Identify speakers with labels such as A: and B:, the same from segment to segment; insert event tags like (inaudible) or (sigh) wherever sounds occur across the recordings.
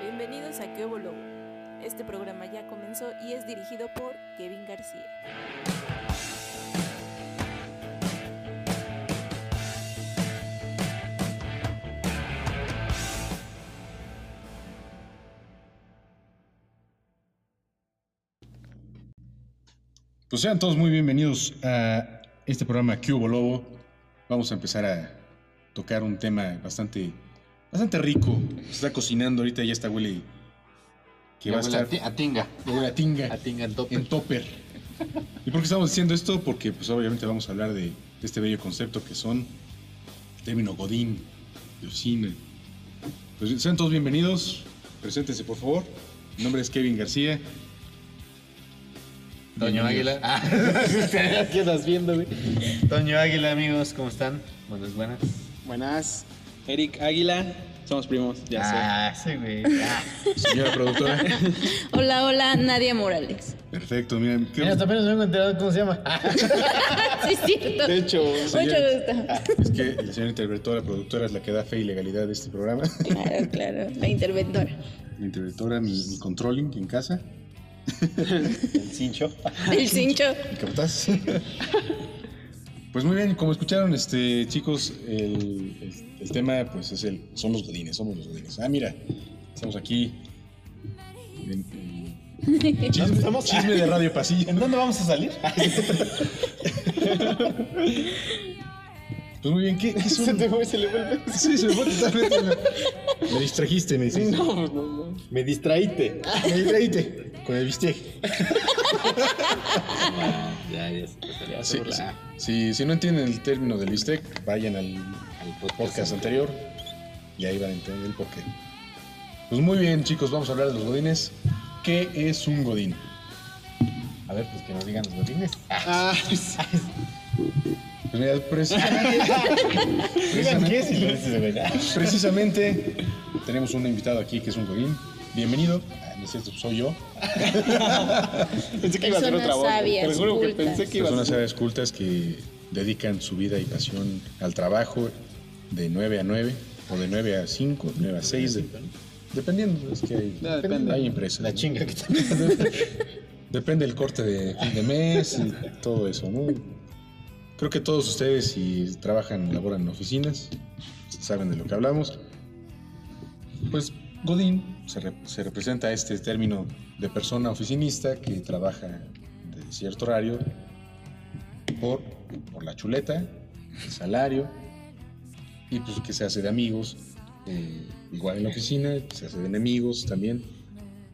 A: Bienvenidos a Qué Lobo. Este programa ya comenzó y es dirigido por Kevin García.
B: Pues sean todos muy bienvenidos a este programa que hubo Lobo. Vamos a empezar a tocar un tema bastante, bastante rico. Se está cocinando ahorita, ya está huele que
C: Ya
B: va a
C: huele
B: estar
C: ti- tinga.
B: ya huele a tinga
C: A tinga el tope. (laughs)
B: en topper. ¿Y por qué estamos diciendo esto? Porque pues obviamente vamos a hablar de, de este bello concepto que son el término Godín, de usina. Pues sean todos bienvenidos, preséntense por favor. Mi nombre es Kevin García.
C: Toño
B: Bienvenidos.
C: Águila. Ah, (laughs) ¿Qué andas viendo, güey? Toño Águila, amigos, ¿cómo están? Buenas, buenas.
D: Buenas, Eric Águila, somos primos, ya
C: ah, sí, (laughs) güey. Ah.
B: Señora
C: (laughs)
B: productora.
E: Hola, hola, Nadia Morales.
B: Perfecto, miren. qué-
C: Mira, hasta apenas me vengo enterado cómo se llama.
E: (laughs)
C: (laughs)
E: Sí, es cierto.
D: sé. De hecho,
E: Mucho gusto.
B: ah, Es que la señora interventora, la productora, es la que da fe y legalidad de este programa.
E: Claro, claro, la interventora.
B: Mi interventora, mi, mi controlling en casa,
C: El cincho.
E: El cincho.
B: mi
E: (laughs)
B: capataz. Pues muy bien, como escucharon, este, chicos, el, el- el tema pues es el somos godines, somos los godines. Ah, mira, estamos aquí en,
C: (laughs)
B: en- chisme,
C: estamos?
B: chisme de Radio Pasilla.
C: ¿En dónde vamos a salir?
B: (laughs) Pues muy bien, ¿qué,
C: (laughs)
B: qué son?
D: se te fue, se le vuelve.
B: Sí, se me fue totalmente. Me, me distrajiste, me distrajiste.
D: No, pues, no, no.
C: Me distraíte.
B: Me distrajiste con el bistec.
C: Ya, ya. ya
B: Sí, sí. Si, si no entienden el término del bistec, vayan al, al podcast anterior y ahí van a entender el porqué. Pues muy bien, chicos, vamos a hablar de los godines. ¿Qué es un godín?
C: A ver, pues que nos digan los botines.
D: Ah, sí.
B: Pues mira, precisamente,
C: Digan qué (laughs) si lo dices, güey.
B: precisamente tenemos un invitado aquí que es un godín. Bienvenido. Ah, no es cierto, soy yo.
D: (laughs) pensé que iba a ser
E: Personas
D: otra voz.
E: sabias,
D: Te juro que
E: cultas.
D: pensé que iba a
B: Personas
D: ser.
B: sabias cultas que dedican su vida y pasión al trabajo de 9 a 9 o de 9 a 5, de 9 a 6, de- dependiendo. Es que hay,
D: Ya, depende.
B: hay empresas.
C: La
B: ¿no?
C: chinga que te...
B: Depende el corte de fin de mes y todo eso, ¿no? Creo que todos ustedes si trabajan, laboran en oficinas, saben de lo que hablamos. Pues Godín se, re- se representa este término de persona oficinista que trabaja de cierto horario por, por la chuleta, el salario, y pues que se hace de amigos, eh, igual en la oficina, se hace de enemigos también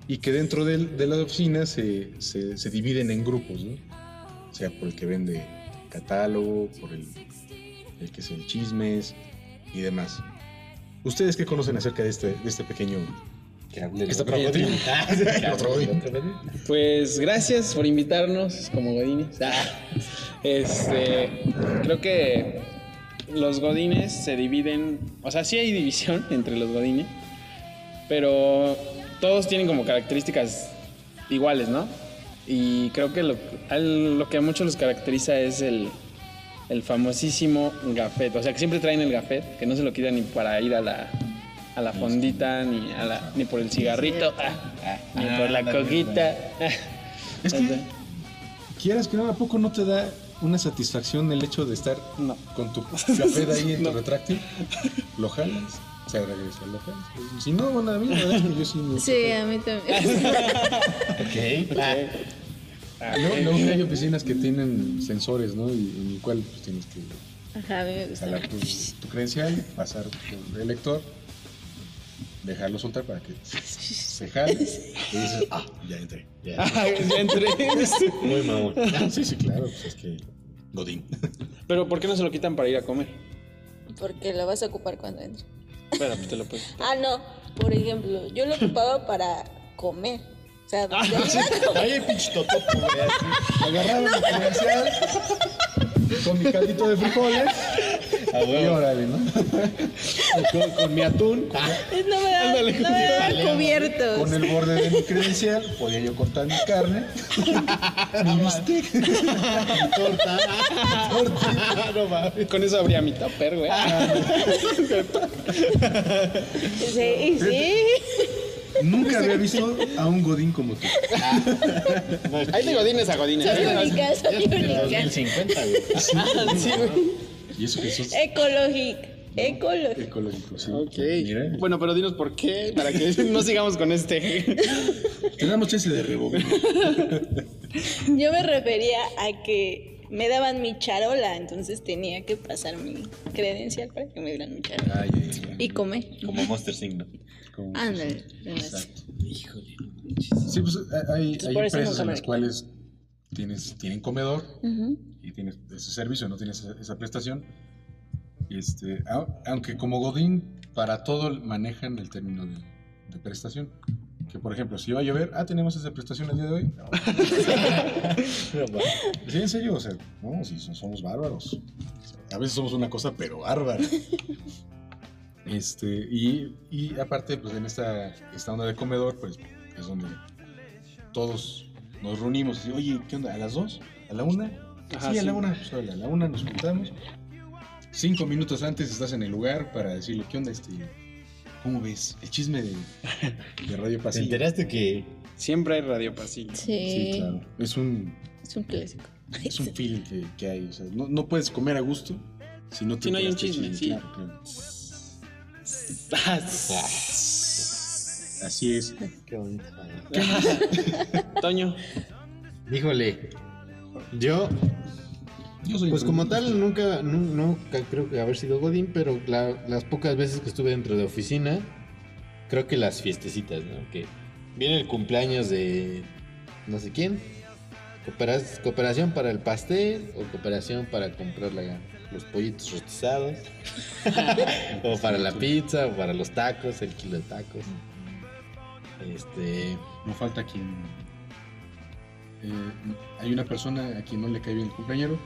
B: y que dentro del- de, la oficina se, se- se dividen en grupos, ¿no? O sea, por el que vende catálogo, por el, el que se chismes y demás. ¿Ustedes qué conocen acerca de este, de este pequeño... Esta otra (laughs) godín. Otro godín.
D: Pues gracias por invitarnos como godines. Ah, Este, creo que los godines se dividen, o sea, sí hay división (laughs) entre los godines, pero todos tienen como características iguales, ¿no? Y creo que lo, al- lo que a muchos los caracteriza es el, el famosísimo gafet, o sea, que siempre traen el gafet, que no se lo quitan ni para ir a la, a la fondita, ni, a la, ni por el cigarrito, ah, ah, ni
C: Ah,
D: por la
C: ándale,
D: coquita. (laughs)
B: Es que, quieras que no, ¿a poco no te da una satisfacción el hecho de estar
D: No.
B: con tu café de ahí en tu retráctil? ¿Lo jalas? Se regresa, lo jalas. Si no, bueno, a mí la verdad es que yo sí me...
E: Sí, a mí también.
C: Ok. Ah,
D: Ah,
B: No,
D: eh,
B: no, hay oficinas que tienen sensores, ¿no? Y en el cual pues, tienes que
E: (laughs) Ajá, a mí me gusta.
B: jalar tu, tu credencial, pasar por el lector, dejarlo soltar para que se jale y dices, ah, ya entré.
C: ya.
D: Ah, ya entré.
C: Muy mamón.
B: Sí, sí, claro, pues es que Godín.
D: Pero ¿por qué no se lo quitan para ir a comer?
E: Porque lo vas a ocupar cuando entre.
D: Espera, pues te lo puedo.
E: Ah, no. Por ejemplo, yo lo ocupaba para comer. O (laughs) sea, de ahí va
C: Oye, pinche totopo, güey. así.
B: Agarraron el credencial con mi caldito de frijoles
C: A
B: y
C: huevo.
B: órale, ¿no? Ah,
C: Con, con mi atún.
E: como- no me daban, no me daban cubiertos.
B: Con el borde de mi credencial podía yo cortar mi carne, mi bistec,
C: torta. no mames.
D: (laughs) Con eso abría mi tupper, güey.
E: Sí, sí.
B: Nunca había visto a un Godín como tú.
D: Hay de godines a godines.
E: Soy
D: ¿eh?
C: Ya
E: única, soy
C: es del
E: única.
C: 2050, güey.
D: Sí, güey.
B: Y eso que sos
E: Ecologic, ecologic.
B: ecológico, sí. Mira,
D: Ok. Bueno, pero dinos por qué, para que (laughs) no sigamos con este.
B: te damos chance de rebobinar.
E: (laughs) Yo me refería a que me daban mi charola, entonces tenía que pasar mi credencial para que me dieran mi charola.
B: Ay, ay, ay.
E: Y comer.
F: Como Monster Signo.
B: Como-
E: Ándale. demás.
B: Exacto. Sí, pues hay, hay
E: por eso
B: empresas
E: nunca
B: en
E: me
B: las
E: recuerdo.
B: cuales tienes, tienen comedor
E: Ujú.
B: y tienes ese servicio, no tienes esa, esa prestación. Este, au- aunque como Godín, para todo manejan el término de, de prestación. Que por ejemplo, si va a llover, ah, tenemos esa prestación el día de
D: (laughs)
B: hoy. No. Sí, en serio, o sea, no, si so- somos bárbaros. A veces somos una cosa, pero bárbara. Este, y, y aparte, pues en esta, esta onda de comedor, pues es donde todos nos reunimos. Y, Oye, ¿qué onda? ¿A las dos? ¿A la una?
D: Ajá,
B: sí, a
D: sí.
B: la una. Pues, órale, a la una nos juntamos. Cinco minutos antes estás en el lugar para decirle, ¿qué onda? Este, ¿Cómo ves? El chisme de, de Radio
C: ¿Te
B: Pasillo.
C: enteraste que
D: Siempre hay radio pasillo.
E: Sí,
B: Sí, claro. Es un
E: es un clásico.
B: es un feeling que, que hay. O sea, no, no puedes comer a gusto si no te
D: Si no hay un
B: enteraste del
D: chisme, sí.
B: claro, claro. Así es.
C: Ah, Qué bonito.
D: (laughs) Toño.
C: Híjole. Yo,
B: Yo soy
C: pues
B: un-
C: como tal, nunca, nu- nunca creo que haber sido Godín, pero la- las pocas veces que estuve dentro de oficina, creo que las fiestecitas, ¿no? Que viene el cumpleaños de no sé quién. cooperas- cooperación para el pastel o cooperación para comprar la- los pollitos rostizados. o para la pizza, o para los tacos, el kilo de tacos. Este.
B: No falta quien. eh, hay una persona a quien no le cae bien el cumpleañero.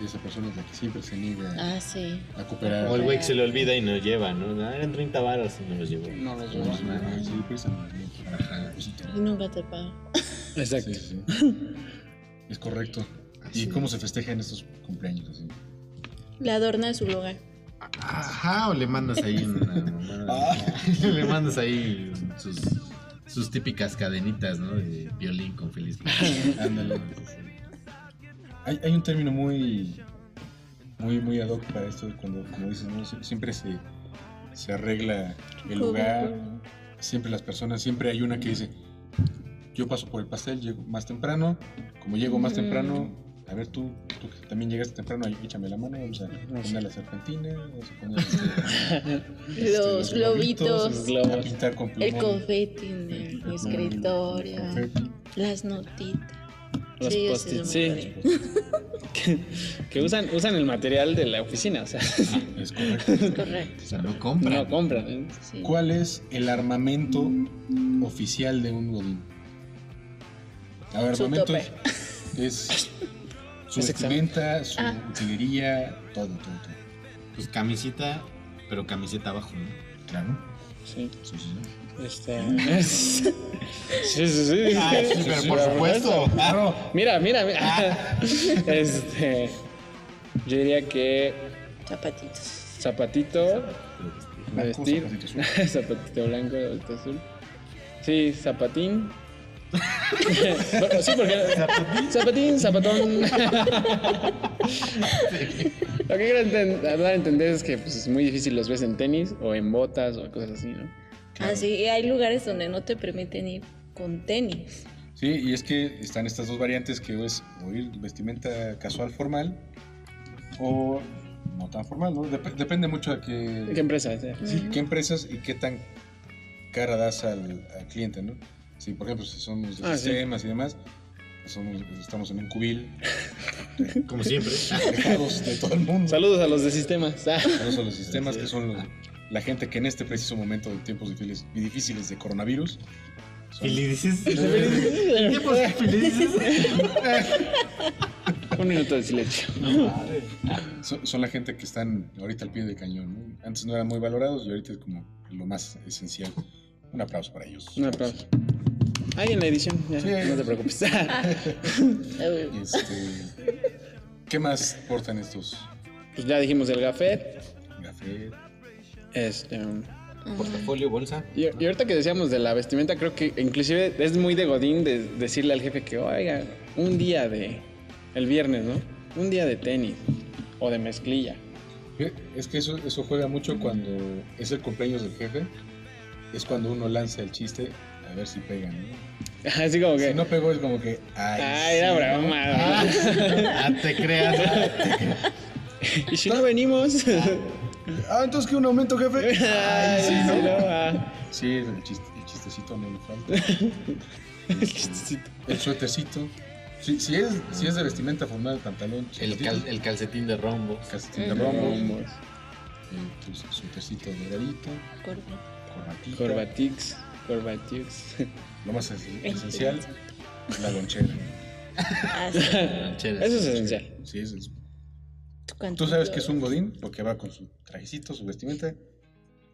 B: Y esa persona es la que siempre se niega
E: Ah, sí.
B: a cooperar.
C: O el güey que se le olvida y no lleva, ¿no? Ah, eran 30 varos y no los llevó.
D: No los
B: Sí,
D: veo.
B: pues, ajá, cosita.
E: Y nunca te pago.
D: Exacto.
B: Sí, sí, sí. Es correcto. ¿Y
C: Sí.
B: cómo se festejan estos cumpleaños? así?
E: Le adorna su lugar.
C: Ajá, o le mandas ahí una mamada. (laughs) Le mandas ahí sus, sus típicas cadenitas, ¿no? De violín con feliz.
B: Ándale. Hay, hay un término muy, muy, muy ad hoc para esto, cuando, como dices, ¿no? Sie- siempre se, se arregla el lugar, siempre las personas, siempre hay una que dice, yo paso por el pastel, llego más temprano, como llego más
E: Mm.
B: temprano, a ver tú, tú que también llegaste temprano, ahí, échame la mano, vamos a poner la serpentina, vamos a
E: (laughs)
B: poner este, este,
E: Los globitos,
B: a pintar con
E: el
B: plumón,
E: confeti en el
B: plumón,
E: escritorio,
B: el confeti.
E: las notitas.
D: Los
E: Sí, yo
D: post-its.
E: sí lo
D: Sí.
B: (laughs)
E: mejoré.
D: Que usan, usan el material de la oficina, o sea, (laughs)
B: Es correcto.
E: Correcto.
C: O sea, no compra.
D: no compran. ¿eh?
E: Sí.
B: ¿Cuál es el armamento oficial de un godín? A ver,
E: Su
B: armamento
E: tope.
B: es-
E: (laughs)
B: es su
D: Es examen.
B: vestimenta, su
E: Ah.
B: utilería, todo, todo, todo.
C: Pues camisita, pero camiseta abajo, ¿no?
B: Claro.
D: Sí.
B: Sí, sí, sí.
D: Este. (laughs) sí, sí, Ah, sí.
C: Ah, Claro.
D: Mira, mira, mira. (laughs) Este. Yo diría que
E: Zapatitos.
D: zapatito, a
B: Blanco,
D: vestir,
B: zapatito azul.
D: (laughs) zapatito blanco, zapatito azul. Sí, zapatín. (laughs) Bueno, sí, porque. Zapatín, zapatón. Lo que quiero enten- dar a entender es que pues, es muy difícil los ves en tenis o en botas o cosas así, ¿no?
B: Claro.
E: Así Ah, y hay lugares donde no te permiten ir con tenis.
B: Sí, y es que están estas dos variantes que es o ir vestimenta casual formal o no tan formal, ¿no? Dep- depende mucho de que...
D: ¿Qué empresa es? eh?
B: Sí, qué empresas y qué tan cara das al, al cliente, ¿no? Si, por ejemplo, si somos de
D: Ah, sí.
B: sistemas y demás, pues somos- estamos en un cubil,
C: (laughs) Como siempre.
B: alejados de todo el mundo.
D: Saludos a los de sistemas. (laughs) Ah,
B: Saludos a los sistemas que son los- la gente que en este preciso momento de tiempos difíciles, y difíciles de coronavirus. son-
C: (laughs) Felices.
D: Un minuto de silencio.
B: Son, son la gente que están ahorita al pie del cañón. ¿no? Antes no eran muy valorados y ahorita es como lo más esencial. Un aplauso para ellos.
D: Un aplauso. Ahí en la edición, ya,
B: Sí.
D: no te preocupes. (laughs)
E: Uh,
B: Este, ¿Qué más portan estos
D: Pues ya dijimos el gafet.
B: Café,
D: Este.
C: portafolio, bolsa.
D: Y, y ahorita que decíamos de la vestimenta, creo que inclusive es muy de Godín de decirle al jefe que, oiga, un día de. El viernes, ¿no? Un día de tenis o de mezclilla. (laughs)
B: Es que eso, eso juega mucho cuando es el cumpleaños del jefe. Es cuando uno lanza el chiste a ver si pegan, ¿no?
D: Así como que.
B: Si no pegó es como que. Ay,
D: Ay, era
B: sí,
D: broma. ¿no?
C: Ah, te creas.
D: (laughs) Y si no venimos. (laughs)
B: ¿no? Ah, entonces que un aumento, jefe.
D: Ay, sí, no, ah. (laughs)
B: Sí, el, chiste- el chistecito no me falta. El suétercito. Si, si es, si es de vestimenta formal, pantalón,
C: El,
B: chiquitito,
C: cal- el calcetín de rombo.
B: calcetín de rombo, el tu suétercito doradito,
E: Corva-
B: corbatita.
D: Corbatix. Corbatix.
B: Lo más
D: (laughs)
B: es- esencial, la lonchera.
E: Ah, sí, (laughs)
D: Eso es esencial.
B: Sí, eso es-
E: tu
B: Tú sabes que es
E: cantillo.
B: un godín porque va con su trajecito, su vestimenta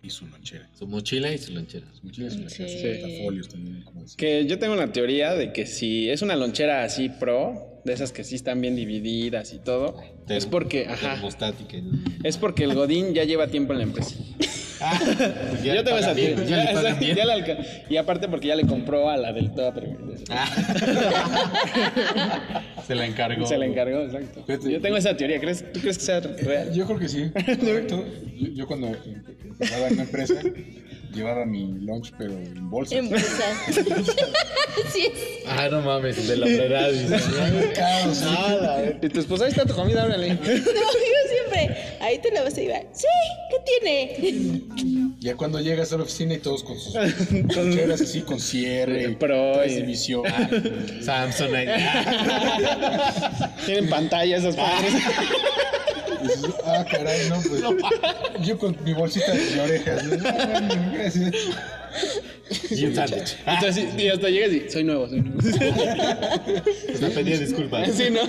B: y su lonchera.
C: Su mochila y su lonchera.
B: Su mochila y su lonchera,
E: Sí.
B: sus portafolios también, como decía.
D: Que yo tengo la teoría de que si es una lonchera así pro, de esas que sí están bien divididas y todo, es porque, ajá,
C: Termostática.
D: es porque el Godín ya lleva tiempo en la empresa. yo tengo esa teoría.
C: Ya le Pues pagan
D: Exacto,
C: bien.
D: (laughs) ya le alca- y aparte porque ya le compró a la del toda Primera.
C: Se la encargó.
D: Se la encargó, exacto.
B: Fíjate.
D: Yo tengo esa teoría. ¿Crees, ¿Tú crees que sea real?
B: Yo creo que (laughs) sí. Correcto. Yo, yo cuando empezaba en una empresa, llevaba mi lunch, pero en bolsa.
E: En bolsa. (laughs) sí, es.
C: Ah, no mames, de la verdad.
B: Caos,
D: (laughs) Y tu esposa, ahí está tu comida, órale.
E: (laughs) No, yo siempre. Ahí te la vas a llevar. Sí, ¿qué tiene?
B: Ya cuando llegas a la oficina y todos con (laughs) sus loncheras así, con cierre,
D: Pero,
B: tres
D: eh.
B: divisiones.
C: Samsung ahí. ah,
D: Tienen pantalla esas
B: Ah.
D: padres.
B: Y dices, ah, caray, no, pues. Yo con mi bolsita de orejas. ¿no? Ah, bueno, gracias.
C: Y un sándwich.
D: Entonces, y hasta llegas y soy nuevo, soy nuevo.
B: (laughs)
C: Te pedía disculpas.
D: Sí, ¿no?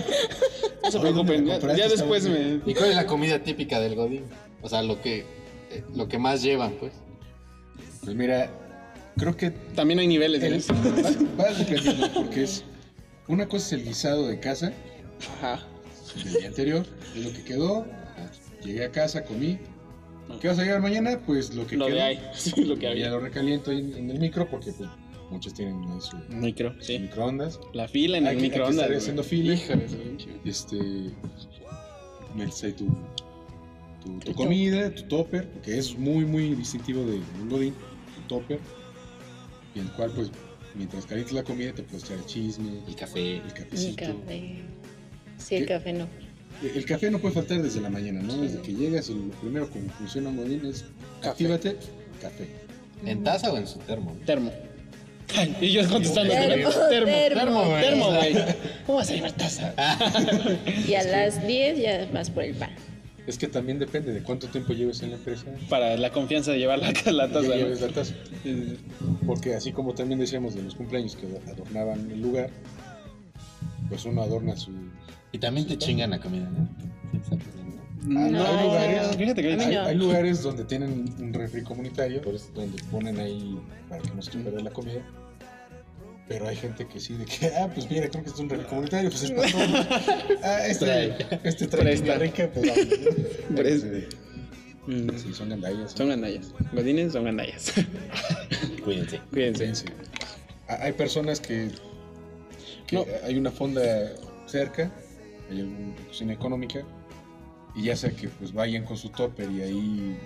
D: No se preocupen, ya, ya después me...
C: ¿Y cuál es la comida típica del Godín? O sea, lo que, eh, lo que más llevan, pues.
B: (laughs) Pues mira, creo que
D: También hay niveles, ¿eh?
B: el-
D: ¿no?
B: va- vas dependiendo, porque es. Una cosa es el guisado de casa
D: Ajá.
B: del día anterior, es lo que quedó. Llegué a casa, comí. ¿Qué vas a llevar mañana? Pues lo que
D: Lo
B: quedó.
D: de ahí, (laughs) sí, lo que
B: Ya
D: había.
B: lo recaliento ahí en, en el micro porque pues, muchos tienen ahí su
D: Micro,
B: su
D: sí.
B: microondas.
D: La fila en
B: Hay
D: el
B: que- hay que
D: microondas.
B: estar
D: güey.
B: haciendo fila.
D: Hijo de su pinche.
B: Este. Me sé tu, tu, tu comida, tu topper, que es muy, muy distintivo de de un godín, tu topper, y en el cual, pues, mientras calientas la comida, te puedes echar chisme,
C: El café.
B: el
E: Un
B: cafecito.
E: café. Sí, el
B: ¿Qué?
E: café no.
B: El café no puede faltar desde la mañana, ¿no? Desde que llegas, lo primero como funciona un godín es actívate, café.
C: ¿En taza o en su termo?
D: Termo. Ay, y yo contestando.
E: Termo,
D: Termo, termo,
E: termo,
D: termo, termo, güey. ¿Cómo vas a llevar taza?
E: Y a las 10 ya vas por el pan.
B: Es que también depende de cuánto tiempo lleves en la empresa.
D: Para la confianza de llevar la, la taza,
B: ya
D: ¿no?
B: lleves la taza.
D: Sí, sí, sí.
B: Porque así como también decíamos de los cumpleaños que adornaban el lugar, pues uno adorna su...
C: Y también te chingan la comida, ¿no?
D: No,
B: hay, lugares,
D: fíjate que
E: A mí
B: hay-
E: no.
B: hay lugares donde tienen un refri comunitario,
C: Por eso
B: donde ponen ahí para que no se te pierda la comida. Pero hay gente que sí, de que, ah, pues mira, creo que este es un refri comunitario, pues es para
D: (laughs)
B: todos. Ah, este,
C: Trae.
B: este trae
D: Presta.
B: comida rica, pero...
D: (laughs) Presta. Mm,
B: Sí, son gandallas.
D: Son gandallas. Godines son gandallas. (laughs)
C: Cuídense.
D: Cuídense.
B: Sí, sí. Ha- Hay personas que, que
D: No.
B: hay una fonda cerca, hay una cocina económica, y ya sea que pues vayan con su topper y ahí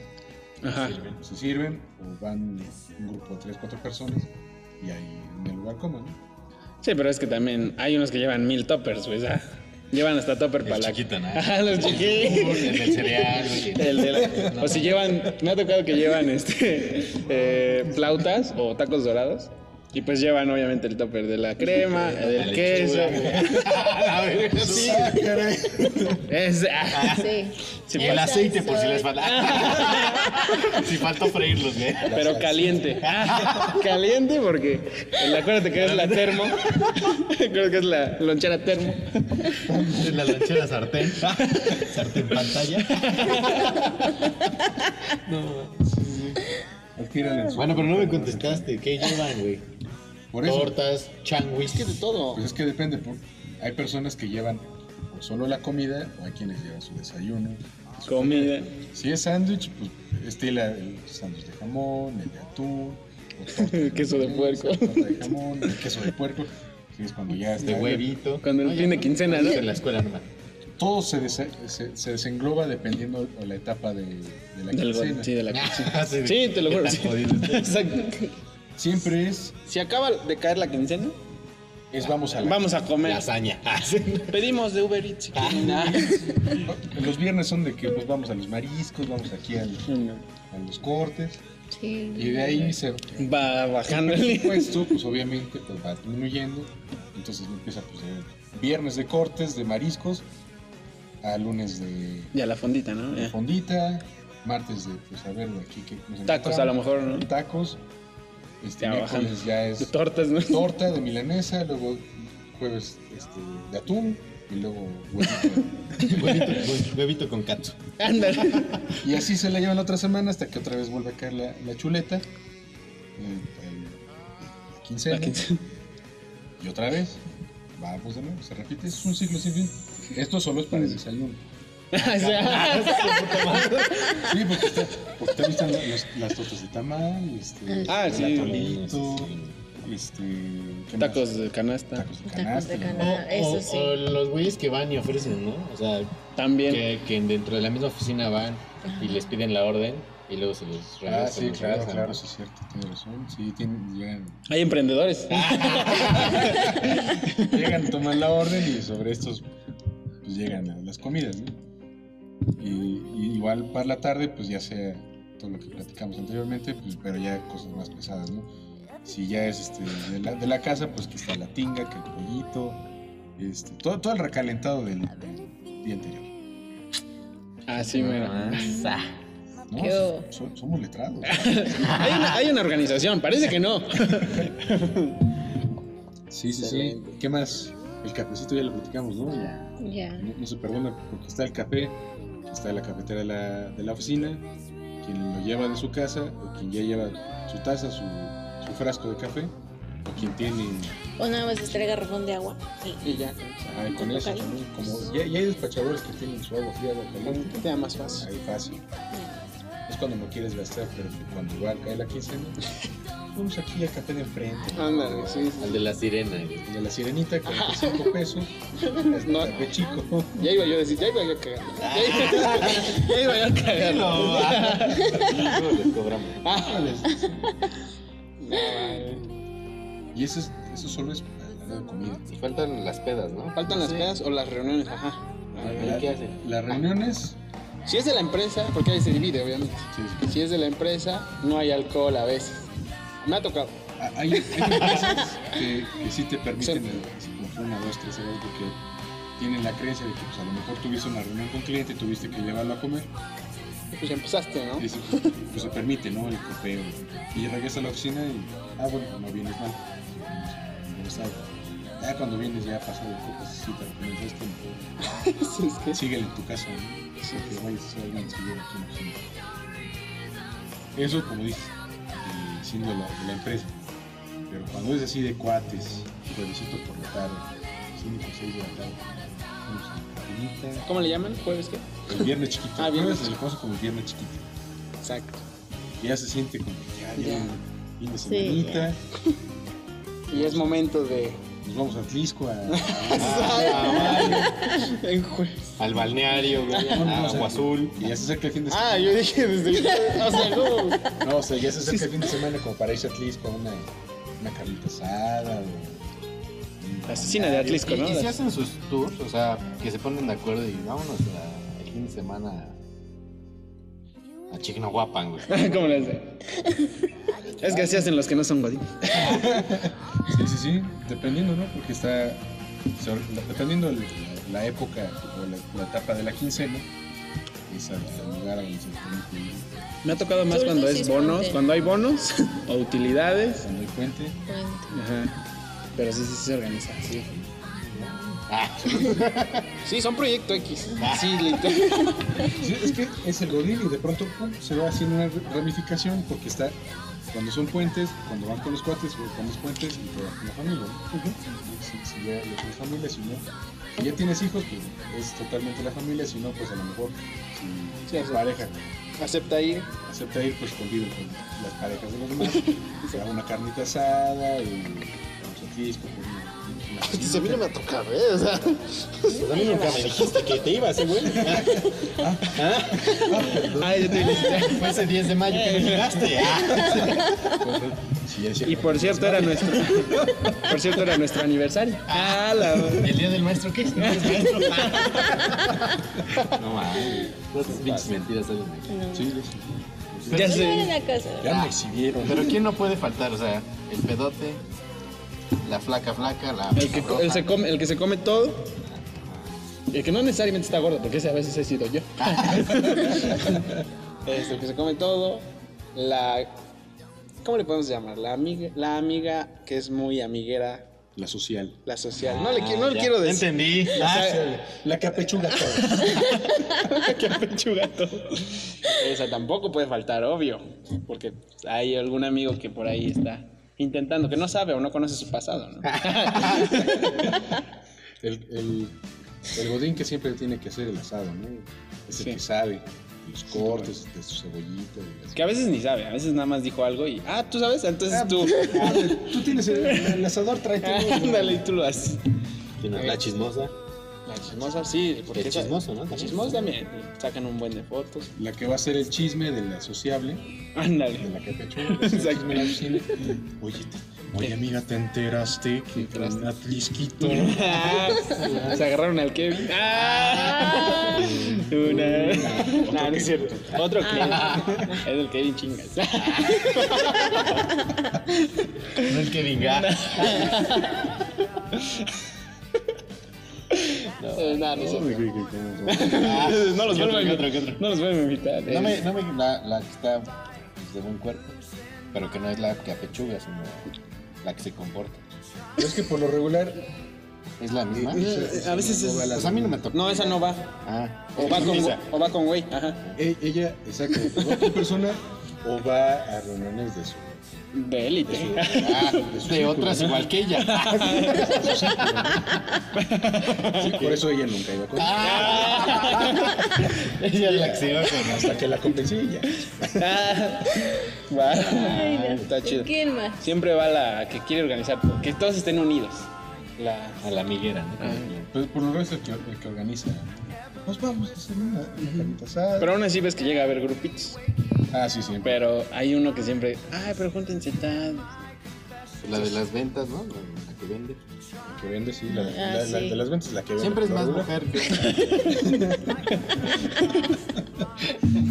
D: Ajá.
B: se sirven, o van un grupo de tres, cuatro personas, y ahí en el lugar coman. ¿no?
D: Sí, pero es que también hay unos que llevan mil toppers, güey. ¿sabes? Llevan hasta topper para la.
C: chiquito, (laughs) ¿no?
D: Ajá, los chiquitos.
C: El del cereal, güey.
D: El de la- O si llevan. Me ha tocado que llevan este. (laughs) eh, flautas o tacos dorados. Y pues llevan, obviamente, el topper de la crema, del queso.
C: lechuga, güey. (laughs) A ver, sí.
B: Ah, caray.
D: Es- ah,
E: Sí.
D: sí,
C: Y el
D: pues,
C: aceite, por si les falta.
F: (laughs)
C: si falta freírlos, güey.
D: pero caliente. Ah, (laughs) Caliente porque. el- Acuérdate que es la termo. Creo que es la lonchera termo.
C: En la lonchera sartén. sartén pantalla.
B: Adquieran en su-
C: Bueno, pero no me contestaste. ¿Qué llevan, güey?
B: Por eso,
C: Tortas, changuis.
D: Es que de todo.
B: pues es que depende. por- hay personas que llevan o solo la comida, o hay quienes llevan su desayuno,
D: comida.
B: Si es sándwich, pues estila el sándwich de jamón, el de atún, o
D: (laughs)
B: torta
D: El queso de
B: mayonesa,
D: puerco.
B: torta de jamón, el queso de puerco, que es cuando ya está
C: De huevito.
D: Cuando el fin de quincena, ¿no?
C: En la escuela nomás.
B: Todo se, desa- se, se desengloba dependiendo de la etapa de, de la
D: Del
B: quincena.
D: go- sí, de la cocina.
C: sí,
D: Sí, te lo juro. sí. Exacto.
B: Siempre es,
D: Si acaba de caer la quincena,
B: es vamos a la
D: vamos a comer.
C: Lasaña. (laughs) Ah,
D: Pedimos de Uber Eats. si quieren.
B: Los viernes son de que pues vamos a los mariscos, vamos aquí al-
D: No.
B: a los cortes, y
E: Sí.
B: de ahí se
D: Va
B: el
D: bajando el
B: presupuesto, pues obviamente pues, va disminuyendo. Entonces empieza pues de viernes de cortes, de mariscos, a lunes de
D: Ya la fondita, ¿no? Ya.
B: fondita, martes de pues a ver de aquí qué nos
D: Tacos
B: encontramos.
D: a lo mejor, ¿no?
B: Tacos. Este
D: Ya
B: miércoles
D: bajando.
B: ya
D: De
B: es
D: tortas, ¿no?
B: torta de milanesa, luego jueves este, de atún y luego huevito.
D: (laughs)
C: Huevito, (laughs) hue- huevito con cacho.
D: Ándale.
B: Y así se la lleva la otra semana hasta que otra vez vuelve a caer la, la chuleta. eh, eh, la quincena.
D: La quincena.
B: Y otra vez. Vamos de nuevo, se repite. Es un ciclo sin fin. Esto solo es para el desayuno.
D: (laughs) O sea,
B: Sí, porque está, porque también están la- los- las tortas de tamal, este,
D: Ah,
B: el
D: sí.
B: atolito, este, ¿qué más?
D: Tacos de canasta.
B: Tacos de
F: Tacos
B: canasta.
F: de
B: ¿no?
F: canasta. Ah, eso sí.
C: o los güeyes que van y ofrecen, ¿no? O sea,
D: También.
C: que, que dentro de la misma oficina van y les piden la orden y luego se los
B: Ah, sí,
C: regresan, los
B: claro,
C: regresan,
B: claro,
C: ¿no?
B: sí es cierto, tiene razón. Sí, tienen, llegan,
D: Hay emprendedores.
B: llegan, toman la orden y sobre estos pues, llegan a las comidas, ¿no? Y, y igual para la tarde, pues ya sea todo lo que platicamos anteriormente, pues, pero ya cosas más pesadas, ¿no? Si ya es este, de, la, de la casa, pues que está la tinga, que el pollito, este, todo, todo el recalentado del, del día anterior.
D: Así, mira.
C: Ah. (laughs)
B: ¿no?
F: Qué hubo.
B: So- so- somos letrados.
D: Hay una, hay una organización, parece que no.
B: Sí, sí, sí.
D: Excelente.
B: ¿Qué más? El cafecito ya lo platicamos, ¿no? No,
E: Ya.
B: no se perdona porque está el café, está la cafetera de la, de la oficina, quien lo lleva de su casa, o quien ya lleva su taza, su, su frasco de café, o quien tiene.
E: O nada más les trae garrafón de agua. Sí.
D: Y ya.
B: Ah, con eso también. Como, ya, ya hay despachadores que tienen su agua fría, agua caliente.
D: Te da más fácil.
B: Ahí fácil. Es cuando no quieres gastar, pero cuando va a caer la quincena, vamos aquí al café de enfrente.
D: Ándale, sí, sí.
C: Al de la sirena. (laughs) güey.
B: El de la sirenita, 45 pesos.
D: (laughs)
B: Es
D: No.
B: café chico.
D: Ya iba yo a decir, ya iba yo a cagar. Ya iba (laughs) yo a cagar.
C: No, ah. Luego les cobramos.
B: Y eso, es, eso solo es al lado de comida.
C: Y faltan las pedas, ¿no?
D: Faltan las pedas o las reuniones, ajá.
C: ¿Y qué hacen?
B: Las reuniones,
D: Si es de la empresa, porque ahí se divide, obviamente.
B: sí,
D: Si es de la empresa, no hay alcohol a veces. Me ha tocado.
B: ah, hay, hay empresas que, que sí te permiten el- así como fue una, dos, tres horas porque tienen la creencia de que pues, a lo mejor tuviste una reunión con cliente, tuviste que llevarlo a comer.
D: Pues ya empezaste, (laughs) ¿no?
B: Y eso, pues se permite, ¿no? El copeo. Y regresa a la oficina y, ah, bueno, no vienes mal. No sabes. Ya cuando vienes ya pasado el copo, sí, pero como es como,
D: Sí, es que sí.
B: síguele en tu casa, ¿no? Sí, que vayas a hacer algo en seguida aquí en la oficina. Eso, como dices, eh, siendo la, de la empresa. Pero cuando es así de cuates, juevesito por la tarde, 5 o 6 de la tarde, vamos a la caminita.
D: ¿Cómo le llaman? ¿Jueves qué?
B: El viernes chiquito.
D: Ah,
B: Ah,
D: viernes
B: viernes. Se le conoce como el viernes chiquito.
D: Exacto.
B: ya se siente como que ya, ya,
D: Ya.
B: fin de
F: Sí,
B: semanita,
D: Y es momento (laughs) de.
B: nos vamos a Tlisco a,
D: Ah, (laughs) En jueves.
C: Al balneario, (laughs) güey,
B: No, no,
C: a
B: o sea,
C: Ah, Agua Azul.
B: y ya se acerca el fin de semana.
D: Ah, yo dije desde. O sea, no.
B: No, o sea, ya se acerca el fin de semana como para irse a Tlisco a una, una carnita asada o...
D: La asesina de
C: Y,
D: Atlisco, ¿no?
C: y si hacen sus tours, o sea, que se ponen de acuerdo y vámonos a- el fin de semana a Chignahuapan, güey.
D: (laughs) ¿Cómo le hace? Es que así hacen los que no son godín.
B: Sí, sí, sí, dependiendo, ¿no? Porque está... se or- la- Dependiendo el- la, la época o la, la etapa de la quincena, es al al lugar donde se permite ir,
D: Me ha tocado más
F: Sobre
D: cuando
F: todo si
D: es
F: es
D: bonos,
F: puente.
D: cuando hay bonos (laughs) o utilidades.
B: cuando hay puente.
F: Cuento.
D: Ajá. Pero sí, sí, sí se organiza. Sí.
C: Ah,
D: (laughs) Sí, son proyecto X. Ah. Sí, literal.
B: Sí, es que es el godín y de pronto pum, se va haciendo una ramificación porque está cuando son puentes, cuando van con los cuates, o cuando es puentes y cuando vas con la familia. ¿no? Si, si ya lo tienes familia, si no, si ya tienes hijos, pues es totalmente la familia, si no, pues a lo mejor si
D: Sí,
B: es
D: sí.
B: pareja
D: Acepta ir.
B: acepta ir, pues conviven con las parejas de los demás,
F: (laughs)
B: se da una carnita asada y vamos a Tlisco, pues, una- una
F: Pues a mí no me ha tocado, ¿eh? O sea,
C: Pues a mí nunca me dijiste que te ibas, ¿eh, güey.
D: (laughs) Ah, yo te felicité.
C: (laughs) Fue ese 10 de mayo que no (laughs) llegaste. Ah,
B: cosita. Sí, ya decía,
D: Y por cierto era (laughs) nuestro. Por cierto era nuestro aniversario. Ah, la
C: ¿El día del maestro qué es? ¿No eres (laughs) maestro? Ah. No mames. Esas pinches mentiras salen de aquí.
B: Sí, ya sé.
D: Ya
E: Solo en
D: sé.
E: la casa.
B: Ya me exhibieron.
F: Pero ¿quién no puede faltar? O sea, el pedote, la flaca flaca, la...
D: El que, el se come, el que se come todo. El que no necesariamente está gordo, porque ese a veces he sido yo. (laughs) Este, el que se come todo. La. ¿Cómo le podemos llamar? La amiga, la amiga que es muy amiguera,
B: La social.
D: la social. No le, qui- no
C: Ah,
D: le
C: ya.
D: quiero decir.
C: Entendí.
D: sea,
C: Ah, sí.
B: La que apechuga todo.
D: que apechuga todo. (laughs) Esa tampoco puede faltar, obvio. Porque hay algún amigo que por ahí está intentando, que no sabe o no conoce su pasado, (laughs) ¿no?
B: El, el, el godín que siempre tiene que hacer el asado, ¿no? Es el
D: Sí.
B: que sabe. Los cortes, de su cebollita. de las-
D: Que a veces ni sabe, a veces nada más dijo algo y, ah, pues, tú sabes, entonces tú.
B: Ah, tú tienes el, el asador, tráete. uno.
D: (laughs) Ándale, y tú lo haces.
C: Tienes La chismosa.
D: La chismosa, sí, porque
C: El
D: esa-
C: chismoso, ¿no?
D: La
C: También.
D: chismosa también. Sacan un buen de fotos.
B: La que va a hacer el chisme de la sociable. de
D: Ándale. (laughs)
B: la que te echó, exacto, en la oficina. Oye, te- oye, amiga, ¿te enteraste que un atlisquito?
D: Ah, Se agarraron al Kevin. Ah, (laughs) una. No, no es cierto. Otro Kevin. Es el Kevin chingas. (laughs)
C: No el que (laughs)
D: (laughs)
C: vingar.
D: Eh, No, no es cierto.
C: No los
D: vuelvo a invitar.
C: otro, Ah, que otro.
D: No los vuelven a invitar.
C: No me,
D: eh.
C: no me, la, la que está pues, de buen cuerpo, pero que no es la que apechuga, sino la que se comporta.
B: (laughs) Es que por lo regular,
C: Es la misma.
D: Eh, A veces es.
C: Pues a mí no me tocó.
D: No, esa no va.
C: Ah, (laughs)
D: O va con,
C: esa.
D: o va con güey. Ajá.
B: e- ella, exacto, o va con persona o va a reuniones de su.
D: De élite.
C: Ah, de otras igual que (laughs) ella.
D: Ah.
B: Sí, por eso ella nunca iba con
C: Ah. ella es la que se
D: (laughs)
C: iba con
B: Hasta que la convencí y ya.
D: Ah, va.
E: Ay, no.
D: Está chido.
E: ¿Quién más?
D: (laughs) Siempre va la que quiere organizar, que todos estén unidos. La.
C: A la amiguera, ¿no?
D: Ah.
B: Pero Pues, por lo regular es el que, el que organiza. Nos vamos a hacer una, una carnita asada.
D: Pero aún así ves que llega a haber grupitos.
B: ah, sí, siempre.
D: Pero hay uno que siempre. Ay, pero júntense tal.
F: La de las ventas, ¿no? La la que vende.
B: La que vende, sí. La,
E: Ah,
B: la- la
E: sí.
B: de las ventas, la que vende.
F: Siempre es
B: por
F: más
B: lo
F: mujer
C: (laughs)
F: que...
B: regular.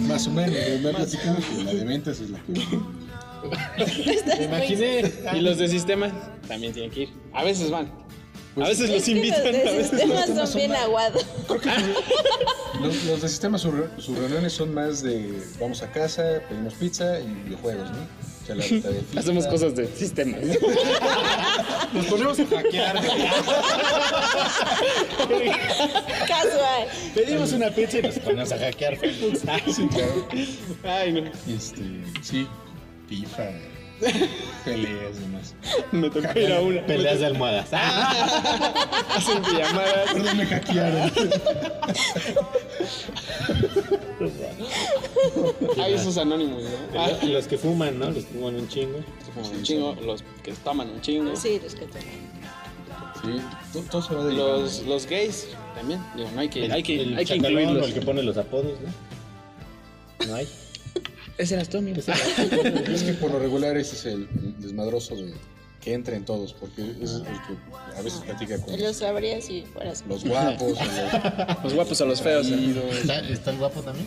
B: Más o menos. pero Me ha platicado que la de ventas es la
F: (laughs)
B: que vende.
E: (laughs)
C: Me imaginé.
D: Y los de sistemas también tienen que ir. A veces van. A veces los
E: Es que
D: invitan. a
E: Los de
D: veces
E: sistemas
B: temas
E: son
B: son
E: bien
B: más-
E: aguados.
B: Los, los de sistemas sur- surreuniones son más de vamos a casa, pedimos pizza y videojuegos, ¿no? O sea, la, la
D: (laughs)
B: de fiesta.
D: Hacemos cosas de sistemas.
C: Nos ponemos a hackear.
E: Casual.
C: Pedimos una pizza y nos ponemos a hackear.
B: (laughs) Sí, claro.
D: Ay, no.
B: Este, sí, FIFA, peleas y demás.
D: Me tocó ir a una.
C: Peleas de almohadas.
D: (laughs) Hacen pijamadas.
B: Perdón, me hackearon.
D: Hay esos anónimos, ¿no? Ah,
C: Y los que fuman, ¿no? Los que fuman un chingo.
D: un chingo. Los que toman un chingo.
E: Sí, los que toman.
B: Sí, todo, todo se va de
D: Los, los gays también. Digo, no hay que,
C: El-
D: hay que,
C: el
D: hay que
C: chacalón,
D: incluirlos.
C: El que pone los apodos, ¿no? No hay.
D: Ese eras tú, amigo.
B: Es que por lo regular ese es el, el desmadroso de que entra en todos, porque es el que a veces platica con
E: Los sabría si fueras.
B: los (laughs) guapos, o
D: Los guapos o los feos.
B: los
D: ¿eh?
B: chidos.
F: ¿Está, está el guapo también?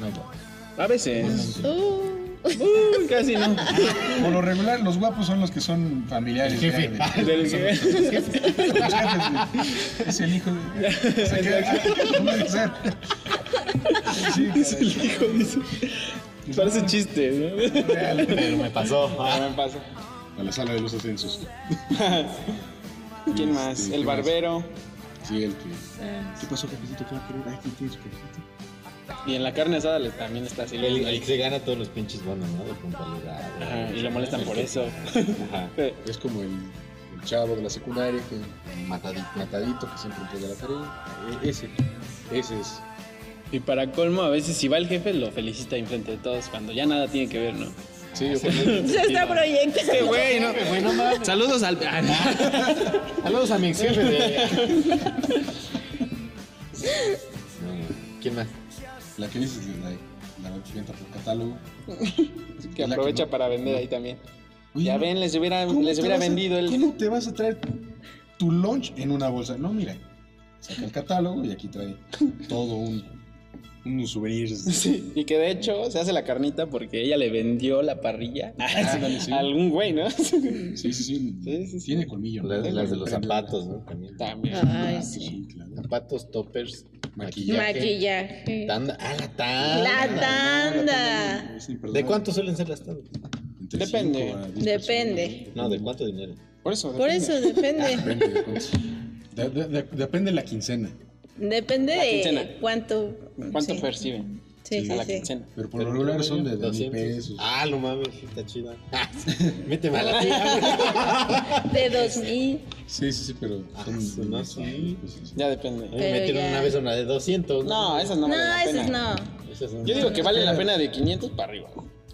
F: No, guapo.
D: A (laughs) veces.
E: Uh, (laughs)
D: Uh, casi no.
B: Por lo regular, los guapos son los que son familiares.
F: El jefe.
B: ¿no?
D: (laughs) Del que- (laughs)
B: Es el hijo (laughs) de. O sea, que- no puede ser. Sí,
D: Es el hijo, dice. Parece chiste, ¿no?
B: real.
F: Pero me pasó.
D: Ah, me pasa.
B: A la sala de los ascensos.
D: ¿Quién más?
B: Este, ¿quién más?
D: El barbero.
B: Sí, el que. ¿Qué pasó, jefecito? ¿Qué va a querer? Ay, ¿quién tiene su jefecito?
D: Y en la carne asada le- también está
C: El,
D: sirviendo.
C: el
D: ahí.
C: que se gana todos los pinches bonos, ¿no? De puntualidad.
D: Ajá, y lo molestan por eso.
C: Ajá.
B: Es como el, el chavo de la secundaria que
F: Matadito.
B: matadito que siempre entrega la tarea. E- Ese, ese es.
D: Y para colmo, a veces si va el jefe, lo felicita enfrente de todos cuando ya nada tiene que ver, ¿no?
B: Sí, ojalá.
E: Se está
D: Qué
E: proyectando.
D: Este güey, ¿no? Ah, Saludos al. (laughs)
C: Saludos a mi ex jefe de. ¿Quién más?
B: la que dices, la, la que entra por catálogo.
D: (laughs) que
B: Es la
D: aprovecha
B: no-
D: para vender ahí también.
B: Uy,
D: ya
B: no.
D: ven, les hubiera,
B: ¿Cómo
D: les
B: te
D: hubiera
B: vas a-
D: vendido el.
B: ¿Cómo te vas a traer tu lunch en una bolsa? No, mira, saca el catálogo y aquí trae todo un, unos souvenirs.
D: Sí, y que de hecho se hace la carnita porque ella le vendió la parrilla (laughs)
B: ándale, sí.
D: a algún güey, (laughs) ¿no?
B: Sí, sí, sí.
D: Sí, sí, sí.
B: Tiene colmillo. ¿no?
C: Las, las de los
B: Prende-
C: zapatos, ¿no? También.
D: También.
E: Ay,
B: Ah,
E: sí.
B: sí, claro.
C: Zapatos, toppers,
B: Maquillaje.
E: Maquillaje.
C: tanda. Ah, la tanda.
E: La tanda.
B: Es imperdonable.
C: ¿De cuánto suelen ser las tandas?
B: Entre
D: Depende.
B: cinco a diez
E: Depende.
C: No, ¿de cuánto dinero?
D: Por eso.
E: Por
D: depende.
E: eso depende.
D: Ah.
B: personas. Ah, Depende de cuántos. De- de- de- depende la quincena.
E: Depende
D: La
E: de
D: quincena.
E: cuánto.
D: ¿Cuánto
E: sí.
D: perciben?
E: Sí,
D: a
E: sí,
D: la
E: sí.
D: quincena.
B: Pero por lo regular son de 2 mil
C: 200.
B: pesos.
C: Ah, no mames, sí,
B: (laughs)
C: está chida. Méteme a la tía.
E: De dos mil.
B: Sí, sí, sí, pero
C: Ah, sí,
B: son.
C: ¿no?
B: sí,
C: Sí.
B: sí, sí.
D: Ya
C: A mí
D: depende.
C: me
E: Pero
C: metieron
E: ya.
C: una vez una de 200.
D: No, esas no
E: No,
D: valen la pena.
E: esos no.
C: Esas son-
D: Yo digo que vale la pena de 500 para arriba.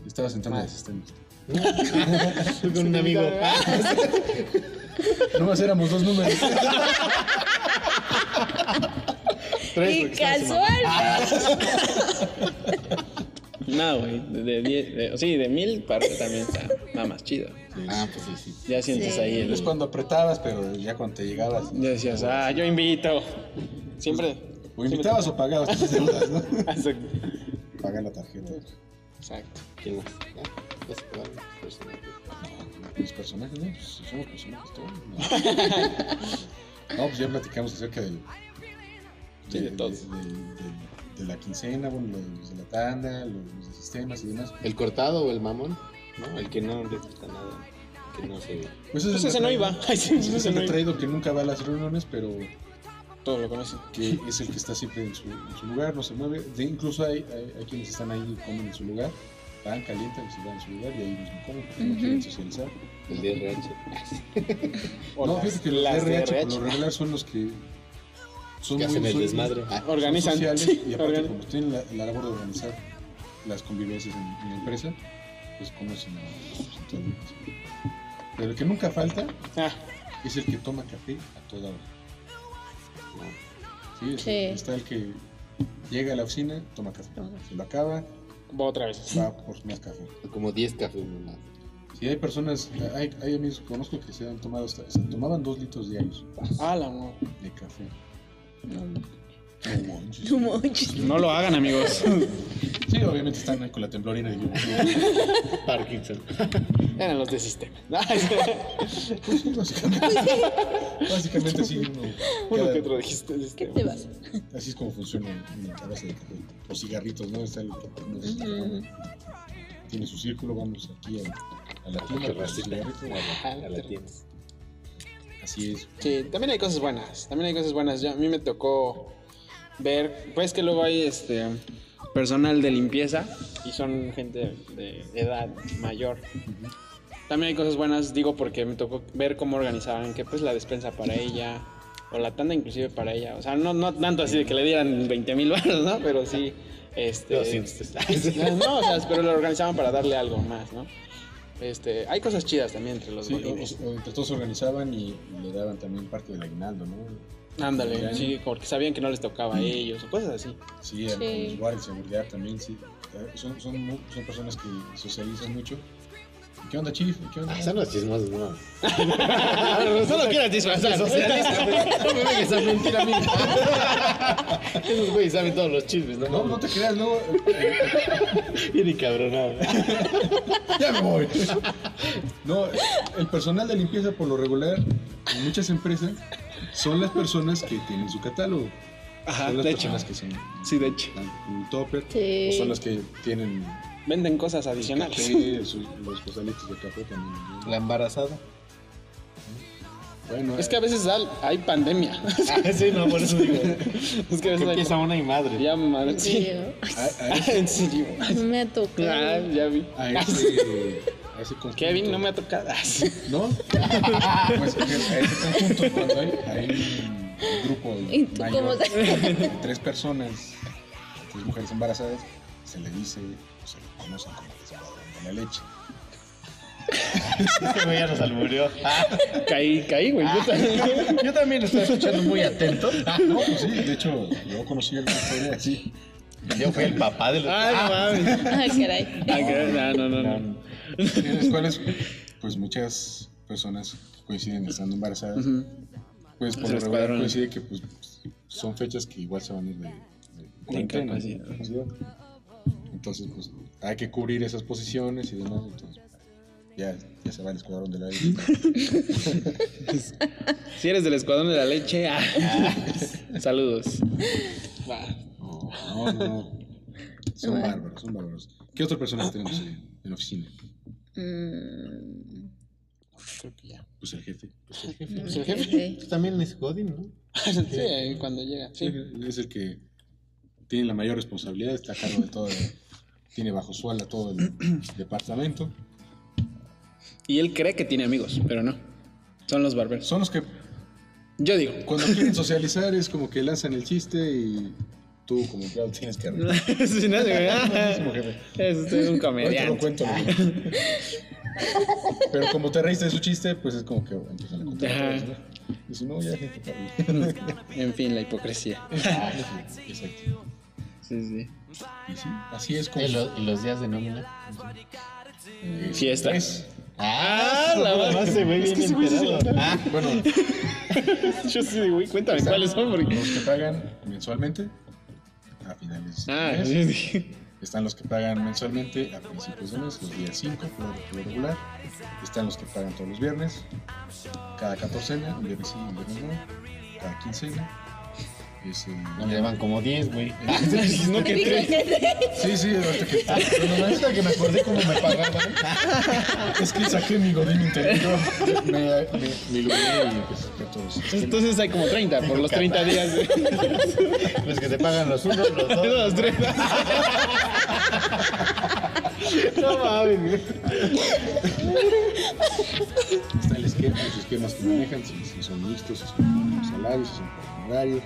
B: Estabas en tema de sistemas.
E: (laughs)
C: Fui con un amigo.
B: Nomás éramos dos números.
C: (laughs) Tres,
E: Y
C: porque estaba su mamá.
D: Ah.
E: casual.
D: No, güey. De 10. de- sí, de 1000 para arriba también está nada más chido.
C: Ah, pues sí, sí.
D: Ya sientes
E: Sí.
D: ahí el.
B: Es cuando apretabas, pero ya cuando te llegabas.
D: Ya decías, ah, yo invito. Siempre.
B: O invitabas o pagabas tus deudas, ¿no?
D: Exacto.
B: Pagar la tarjeta.
D: Exacto.
C: ¿Quién más? Ya, ya se acabaron los personajes.
B: Los personajes, ¿no? Pues somos personajes todos. ¿no? No, pues ya platicamos acerca del-
D: Sí, de todo.
B: de- de la quincena, bueno, los de la tanda, los de sistemas y demás.
C: ¿El cortado o el mamón? No, el que no le quita nada. el Que no se ve.
B: Pues
D: Pues ese no
B: retraído-
D: iba. (laughs) Ay, sí,
B: Ese es
D: ese
B: el
D: no iba.
B: retraído que nunca va a las reuniones, pero
D: Todos lo conocen.
B: que es el que está siempre en su, en su lugar, no se mueve. De, incluso hay, hay, hay quienes están ahí y comen en su lugar, van, calientan, se van en su lugar y ahí mismo comen, porque no
E: Ujú.
B: quieren socializar.
C: El DRH.
D: O
B: no,
D: las-
B: fíjate que los
D: las de
B: RH,
D: RH.
B: por lo regular son los que son
C: Que hacen el
B: son-
C: desmadre. Ah,
B: son
D: Organizan.
B: sociales y aparte
D: Organi-
B: como tienen la, la labor de organizar las convivencias en, en la empresa, pues conocen a a todo el mundo. Pero el que nunca falta
D: Ah,
B: es el que toma café a toda hora. Sí, es-
E: Sí.
B: está el que llega a la oficina, toma café, se lo acaba,
D: va otra vez.
B: va por más café.
C: como 10 cafés nomás.
B: Si hay personas, hay, hay amigos que conozco que se han tomado hasta, se tomaban dos litros diarios
D: Ah, la mo-
B: de café.
E: No
B: No manches.
E: manches.
D: No lo hagan, amigos.
B: Sí, obviamente están ahí con la temblorina (laughs) de
C: Parkinson.
D: Eran los de sistema.
B: Pues sí, básicamente. Básicamente sí, uno,
D: Uno
B: cada-
D: que otro dijiste. de
E: ¿Qué
D: sistema.
E: te vas?
B: Así es como funciona una cabeza de café. O cigarritos, ¿no? Está el,
E: Ujú.
B: Tiene su círculo, vamos aquí a, a la tienda. por su cigarrito.
D: Ah,
C: A la tienda.
B: Así es.
D: Sí, también hay cosas buenas. También hay cosas buenas. Yo- a mí me tocó ver, pues que luego hay este personal de limpieza y son gente de edad mayor. También hay cosas buenas, digo, porque me tocó ver cómo organizaban, que pues la despensa para ella, o la tanda inclusive para ella. O sea, no, no tanto así de que le dieran 20 mil baros, ¿no? Pero sí, este...
C: Lo siento. (laughs)
D: No, o sea, pero lo organizaban para darle algo más, ¿no? Este, hay cosas chidas también entre los
B: Sí, o,
D: godines.
B: o- o entre todos se organizaban y, y le daban también parte del aguinaldo, ¿no?
D: Ándale,
B: Ya.
D: sí, porque sabían que no les tocaba a ellos o cosas así.
B: Sí, a- a
E: Sí.
B: los guardias de seguridad también, sí. Eh, Son, son, mu- son personas que socializan mucho. ¿Y ¿Qué onda, Chief? ¿Y ¿Qué onda?
C: Ah, son los chismosos, (laughs) no.
D: Solo quieras disfrazar.
C: No me vengas a mentir a mí. Esos güeyes saben todos los chismes, ¿no?
B: No, no te creas, luego. eh,
C: Bien encabronado.
B: Ya me voy. (laughs) No, el personal de limpieza por lo regular en muchas empresas son las personas que tienen su catálogo.
D: Ajá,
B: son las
D: de hecho.
B: personas que son
D: Sí, de hecho.
B: dan un topper
E: Sí.
B: o son las que tienen
D: Venden cosas adicionales.
B: café, su- los costalitos de café también. ¿no?
F: La embarazada.
B: Bueno,
D: Es que a veces da- hay pandemia.
C: Ah, sí, no, por eso (laughs) digo.
D: es que a
C: Que
D: veces hay
C: empieza una y madre.
D: (laughs) Ya, madre,
E: En
D: sí.
E: serio.
B: a, a
D: Ah,
B: ese,
D: (laughs) en serio.
E: Ay, No me ha tocado.
D: Ah, ya vi.
B: a
D: (laughs)
B: ese- a ese conjunto.
D: Kevin no me ha tocado. (laughs) Ah, sí.
B: ¿No? (laughs) Pues que a ese conjunto cuando hay, hay un grupo de
E: ¿Y tú cómo
B: (laughs) tres personas, tres mujeres embarazadas, se le dice, o se le conocen como el escuadrón de la leche.
C: Este güey ya nos alburió.
D: Caí, caí, güey. Yo también.
C: (laughs) Yo también lo estoy escuchando muy atento.
B: No, pues sí, de hecho, yo conocí el grupo así.
C: Yo fui el papá de los.
D: Ay, no mames.
E: (laughs) Ah, caray.
D: Ah, que- No, no, no, no.
B: en las cuales pues muchas personas coinciden estando embarazadas
D: Ujú.
B: pues por
D: Se
B: lo
D: les
B: regular
D: cuadran.
B: coincide que pues son fechas que igual se van a ir de, de cuarentena,
D: incapacidad.
B: de incapacidad. entonces pues hay que cubrir esas posiciones y demás entonces ya, ya se va el escuadrón de la ley (laughs)
D: Si eres del escuadrón de la leche, ah. saludos. Ah. Va.
B: no, no, no. son bárbaros son bárbaros ¿qué otras personas tenemos en, en oficina?
E: Mm,
D: Creo que ya. (laughs)
B: pues el jefe
D: Pues el jefe.
E: jefe.
C: Pues también es Godin, ¿no?
D: Sí, ahí cuando llega. Sí.
B: es el que tiene la mayor responsabilidad, está a cargo de todo, el- tiene bajo su ala todo el departamento.
D: Y él cree que tiene amigos, pero no. Son los barberos.
B: Son los que
D: Yo digo.
B: cuando quieren socializar es como que lanzan el chiste y tú como empleado tienes que arreglar.
D: (laughs) Sí, no, digo, (laughs) ah, este es un
B: Ahorita lo
D: comediante.
B: cuento. ¿no? Pero como te reíste de su chiste, pues es como que bueno, empiezan a contar
D: Ajá.
B: otra vez, ¿no? Y si no, ya gente,
D: En fin, la hipocresía.
B: Exacto.
D: Sí, sí.
B: Y sí, así es como
C: Y lo- y los días de nómina.
B: eh,
D: Fiesta.
B: es.
D: Ah, la
C: Nada más
D: verdad.
C: se ve bien enterado. Ah,
B: (laughs) Bueno,
D: Yo sí digo, güey, cuéntame
B: Está.
D: cuáles son. Porque...
B: Los que pagan mensualmente a finales de
D: Ah,
B: mes.
D: sí, sí.
B: Están los que pagan mensualmente a principios de mes, los días 5, por lo regular. Están los que pagan todos los viernes, cada catorcena, un viernes sí, un viernes no, cada quincena. Es el-
C: donde van como 10, güey.
D: No que tres.
B: (laughs)
E: (laughs)
B: Sí, sí, ahorita que está. Ahorita que me acordé cómo me pagaban. Es que saqué mi godín interior. (laughs) Me, me, me iluminé y pues, que todos.
D: Entonces hay como 30 por los 30 días. güey. (laughs)
C: Los que te pagan los unos, los dos.
D: Los tres.
C: No mames, güey.
B: Está el esquema, los esquemas que manejan, si, si son mixtos, si son por salarios, si son por honorarios,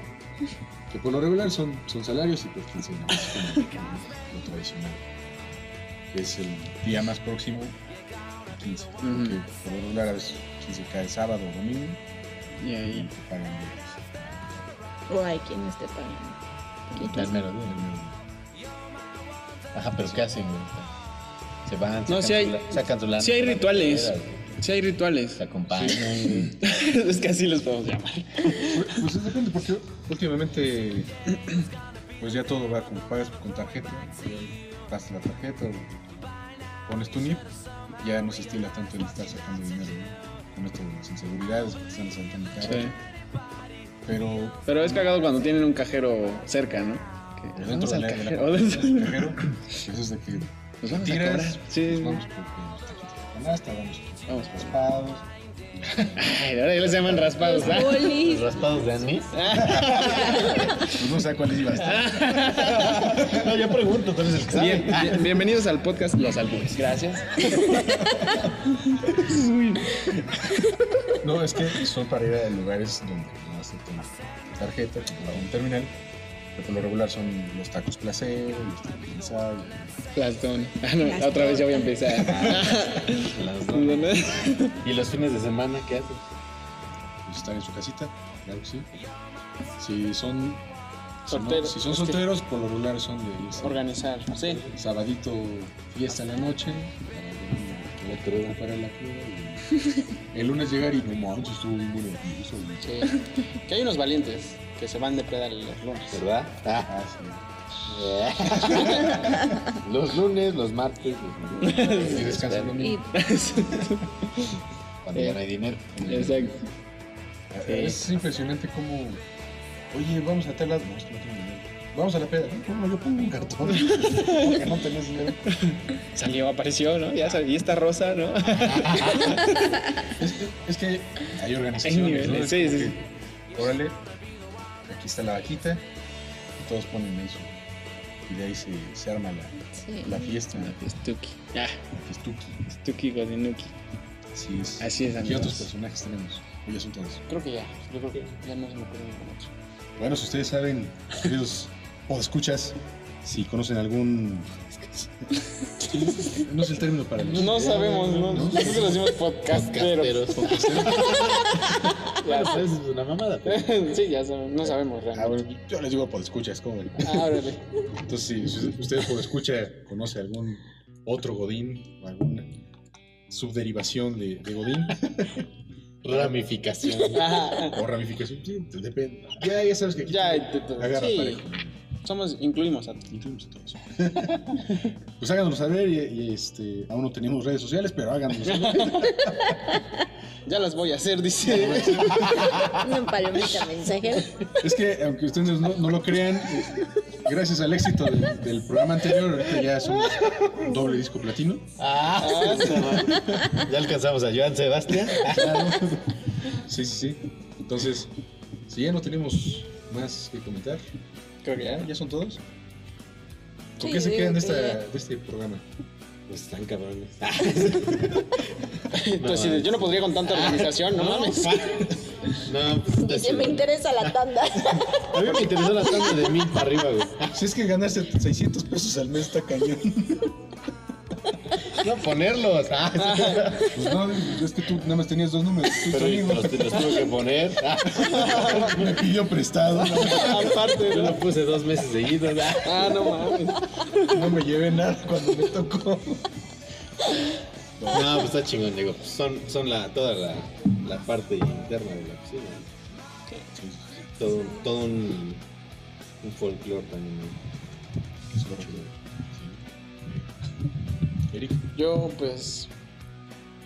B: que por lo regular son, son salarios y pues, por quincenas, es como lo tradicional, que es el día más próximo, 15,
D: Ujú. (laughs)
B: porque por lo regular a veces 15 cae sábado o domingo
D: Y
B: y
D: ahí.
B: te pagan viernes.
E: O hay quien no esté pagando. Quitas.
C: Primero, güey. Ajá, pero ¿qué hacen, güey? Se van, sacan
D: No, sí hay-
C: su la- sacan su lana.
D: Sí hay rituales. Sí hay rituales.
C: Se acompañan.
D: (laughs) Es que así los podemos llamar.
B: Pues- Pues depende, porque últimamente pues ya todo va como pagas con tarjeta, pasas la tarjeta, pones tu NIP, ya no se estila tanto el estar sacando dinero, ¿no? Con esto de las inseguridades que te están saltando cada
D: Sí. Pues
B: rato. Pero
D: Pero es cagado cuando tienen un cajero cerca, ¿no? Que,
B: dentro
D: vamos
B: de
D: al
B: la, de la
D: cajero.
B: cuenta del cajero, pues es de que
D: (laughs) Nos vamos a
B: tiras,
D: cobrar. Sí.
B: pues vamos por por los taquitos de canasta, vamos (laughs) por
D: Vamos.
B: los raspados,
D: Ay, ahora ya les llaman raspados, ¿ah?
C: Los
E: Boli.
C: raspados de anís.
B: pues no sé a cuáles ibas.
C: No, yo pregunto, tú eres el que
D: Bien- bien- bienvenidos al podcast Los Álbumes. Gracias.
B: No, es que son para ir a lugares donde no aceptan tarjeta, como un terminal. Pero por lo regular son los tacos placer, los tacos de sal,
D: Plastón. Ah, no, otra vez ya voy a (laughs) empezar.
C: Las dos. ¿Y los fines de semana qué haces?
B: pues están en su casita, claro que sí. Si son, si no-
D: Solteros,
B: si son
D: este.
B: solteros, por lo regular son de ese
D: Organizar. Sí.
B: sabadito fiesta en la noche. para la cruda, Para la cruda, y El lunes llegar y no manches, estuvo bien bueno. y eso, y eso.
D: Que hay unos valientes que se van de predar los lunes.
C: ¿Verdad?
B: Ah,
C: Ah.
B: sí.
C: (laughs) Los lunes, los martes, los
B: (laughs) Y descansa el
E: Y
D: (laughs)
B: domingo.
C: cuando ya no hay dinero.
D: Exacto.
B: Es impresionante cómo, oye, vamos a tal lado. No, es que no tengo dinero. Vamos a la peda. ¿Cómo yo pongo un
D: (laughs)
B: cartón? Porque no tenés dinero.
D: Salió, apareció, ¿no? Ya sabía, y esta rosa, ¿no?
B: Es, es que hay organizaciones.
D: Hay niveles,
B: ¿no? Es
D: sí,
B: como
D: sí,
B: que, Órale, aquí está la vaquita. y todos ponen eso. Y de ahí se, se arma la,
G: Sí.
B: la fiesta, la
D: Stuki. Ah,
B: fiestuki.
D: Stuki Godinuki.
B: Así es.
D: Así es,
B: ¿Qué
D: amigos.
B: otros personajes tenemos? Oye, son todos.
D: Creo que ya. Yo creo que ya no se me ocurre ningún otro.
B: Bueno, si ustedes saben, queridos escuchas, si conocen algún. No sé el término para los.
D: No sabemos, no,
B: ¿No?
D: nosotros lo decimos podcastero. (laughs)
C: Casteros.
D: Ya
C: Claro, pues, es una mamada. pues. pero-
D: sabes. (laughs) sí, ya sabemos, no sabemos
B: Ah,
D: realmente.
B: bueno, yo les digo podescuchas, ¿cómo ven?
D: Ábrele.
B: Entonces, si- si usted por escucha conoce algún otro Godín o alguna subderivación de, de Godín
C: Ramificación.
B: o ramificación, sí, te- depende. Ya, ya sabes que aquí
D: Ya,
B: te-
D: te- te-
B: agarra
D: sí.
B: parejo.
D: Somos, incluimos a
B: Incluimos
A: (laughs)
B: a todos. Pues háganos saber y, y, este, aún no tenemos redes sociales, pero háganos saber.
D: Ya las voy a hacer, dice.
G: Una palomita
D: (laughs)
G: mensajera.
B: Es que aunque ustedes no, no lo crean, eh, gracias al éxito del, del programa anterior, ahorita ya somos doble disco platino.
C: Ah, (laughs) no mames. ya alcanzamos a Joan Sebastián.
B: Claro. Sí, sí, sí. Entonces, si ya no tenemos más que comentar,
D: Creo que
B: ya,
D: ya.
B: ya son todos. ¿Con
A: Sí,
B: qué se
A: yo
B: quedan de,
A: creo que
B: esta- de este programa?
C: Pues están cabrones.
D: Tú así de, Pues yo no podría con tanta organización, Ah, no mames.
C: No, pues,
G: Dice, me interesa la tanda.
C: a mí me interesó la tanda de mil para arriba, güey.
B: Si es que ganarse 600 pesos al mes está cañón.
C: No ponerlos. (laughs) Ah,
B: Pues no, es que tú nada más tenías dos números. Tú y tu
C: pero
B: amigo.
C: los, los tuve que poner. Ah,
B: Me pidió prestado.
D: Aparte,
C: yo
D: ¿no?
C: lo puse dos meses seguidos. Ah.
D: Ah, no mames.
B: No me llevé nada cuando me tocó.
C: No, pues está chingón, digo. pues Son, son la, toda la, la parte interna de la oficina. Todo, todo un, un folclore también. ¿no?
B: Eric,
D: Yo, pues.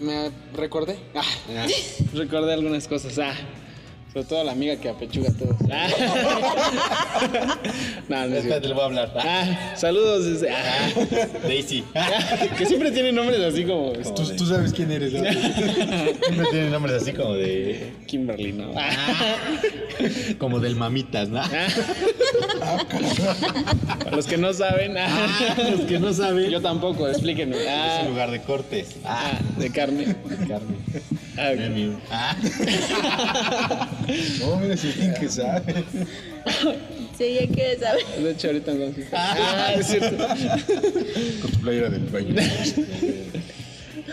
D: Me recordé. Ah,
C: Ah,
D: recordé algunas cosas. Ah. Sobre todo la amiga que apechuga a todos. (laughs) Ah. No, no es
C: espérate,
D: cierto.
C: le voy a hablar. Ah,
D: Ah, saludos desde. ah.
C: Daisy.
D: que siempre tiene nombres así como.
B: tú, tú sabes quién eres. (laughs) ¿no?
C: Siempre tienen nombres así como de.
D: Kimberly, ¿no? Ah.
C: Como del mamitas, ¿no?
D: Para los que no saben. ah.
C: Los que no saben.
D: Yo tampoco, explíquenme.
C: Es
D: Ah,
C: un lugar de cortes.
D: ah, de carne.
C: Carmen.
D: Ah, ok.
C: Ah,
B: No, mira, si alguien que sabe.
G: Sí, ya quieres saber.
D: (laughs) De hecho, ahorita no. Ah, es cierto.
B: Con tu playera del baño.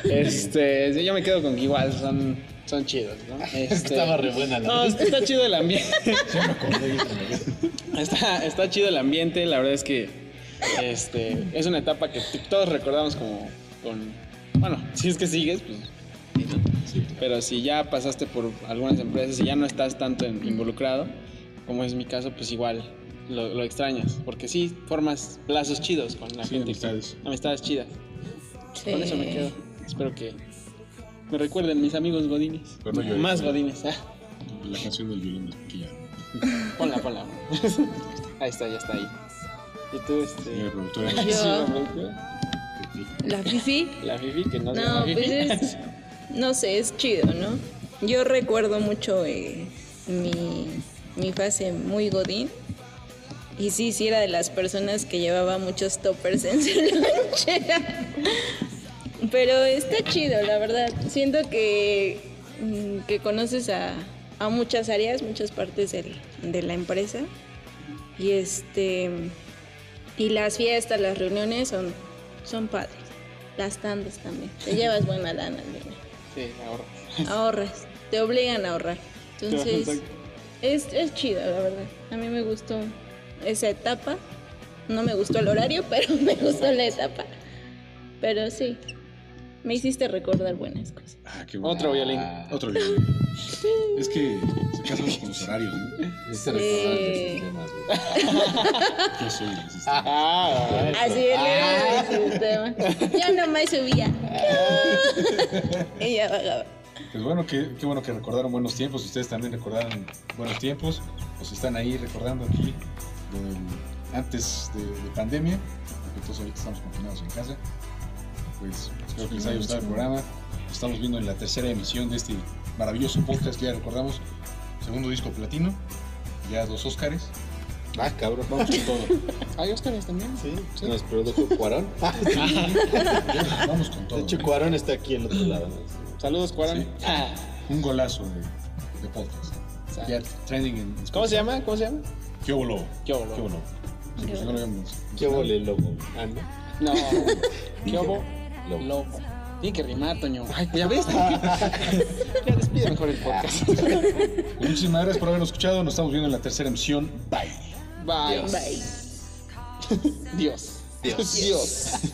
D: Este, sí, yo me quedo con que igual son, son chidos, ¿no? Este,
C: (laughs) estaba re buena
D: no,
C: la.
D: es que está chido
B: (laughs)
D: el ambiente. Está, está chido el ambiente, la verdad es que este, es una etapa que t- todos recordamos como con... Bueno, (laughs) si es que sigues, pues... sí, ¿no? Pero si ya pasaste por algunas empresas y ya no estás tanto en- involucrado, como es mi caso, pues igual lo, lo extrañas. Porque sí, formas lazos chidos con la
B: Sí,
D: gente.
B: amistades.
D: Amistades chidas. Con eso
E: Eh.
D: me quedo. Espero que me recuerden mis amigos godines.
B: Cuando yo-
D: Más godines. ah.
B: La canción del violín de Piquilla.
D: Ponla, ponla. (laughs) ahí está, ya está ahí. ¿Y tú, este?
B: Señora
D: (laughs)
B: productora.
G: Yo.
D: Sí, la productora.
E: La fifi.
D: La Fifi, que no se
E: No,
D: llama
E: pues
D: Fifi.
E: es, no sé, es chido, ¿no? Yo recuerdo mucho eh, mi, mi fase muy godín. Y sí, sí era de las personas que llevaba muchos toppers en su (laughs) lonchera. Pero está chido, la verdad. Siento que, mm, que conoces a, a muchas áreas, muchas partes del- de la empresa. Y este y las fiestas, las reuniones son, son padres. Las tandas también. Te llevas buena lana, Lina.
D: (laughs) Sí, ahorra.
E: Ahorras. Te obligan a ahorrar. Entonces,
D: Exacto.
E: es, es chido, la verdad. A mí me gustó esa etapa. No me gustó el horario, (laughs) pero me gustó la etapa. Pero sí, me hiciste recordar buenas cosas.
B: Ah, qué bueno.
D: Otro violín.
B: Otro violín. Es que se casan con los horarios, ¿no?
C: Hice recordar el del sistema, güey.
B: Yo soy el sistema.
D: Ah,
E: Así es, sistema. Yo nomás subía. Ella bajaba.
B: Pues bueno, qué, qué bueno que recordaron buenos tiempos. Ustedes también recordaron buenos tiempos. Pues están ahí recordando aquí el antes de, de pandemia, porque todos ahorita estamos confinados en casa. Pues espero que les haya gustado el programa. Nos Estamos viendo en la tercera emisión de este maravilloso podcast que ya recordamos, segundo disco platino, ya dos
D: (laughs)
B: Óscares.
C: Ah, cabrón.
D: Vamos con todo. Hay Óscares también.
C: Sí, nos produjo Cuarón.
B: Vamos con todo.
C: (laughs)
B: ¿eh?
C: De hecho, Cuarón está aquí al otro lado. ¿no?
D: Saludos, Cuarón. Ah,
B: Sí. Un golazo de, de podcast. Ya trending en Spotify.
D: ¿Cómo se llama? ¿Cómo se llama?
B: ¿Qué voló?
D: ¿Qué hubo?
B: ¿Qué voló? Sí, pues, no lo habíamos-
C: Qué vole lobo. Ah,
B: (laughs)
C: no.
D: No. ¿Qué hubo?
C: Lobo.
D: Lobo. Tiene que rimar, Toño. Ay, ya
B: (laughs)
D: ves. ya despide mejor el podcast.
B: Muchísimas gracias por habernos escuchado. Nos estamos viendo en la tercera emisión. Bye.
D: Bye.
G: Bye.
D: Dios.
F: Dios.
D: Dios.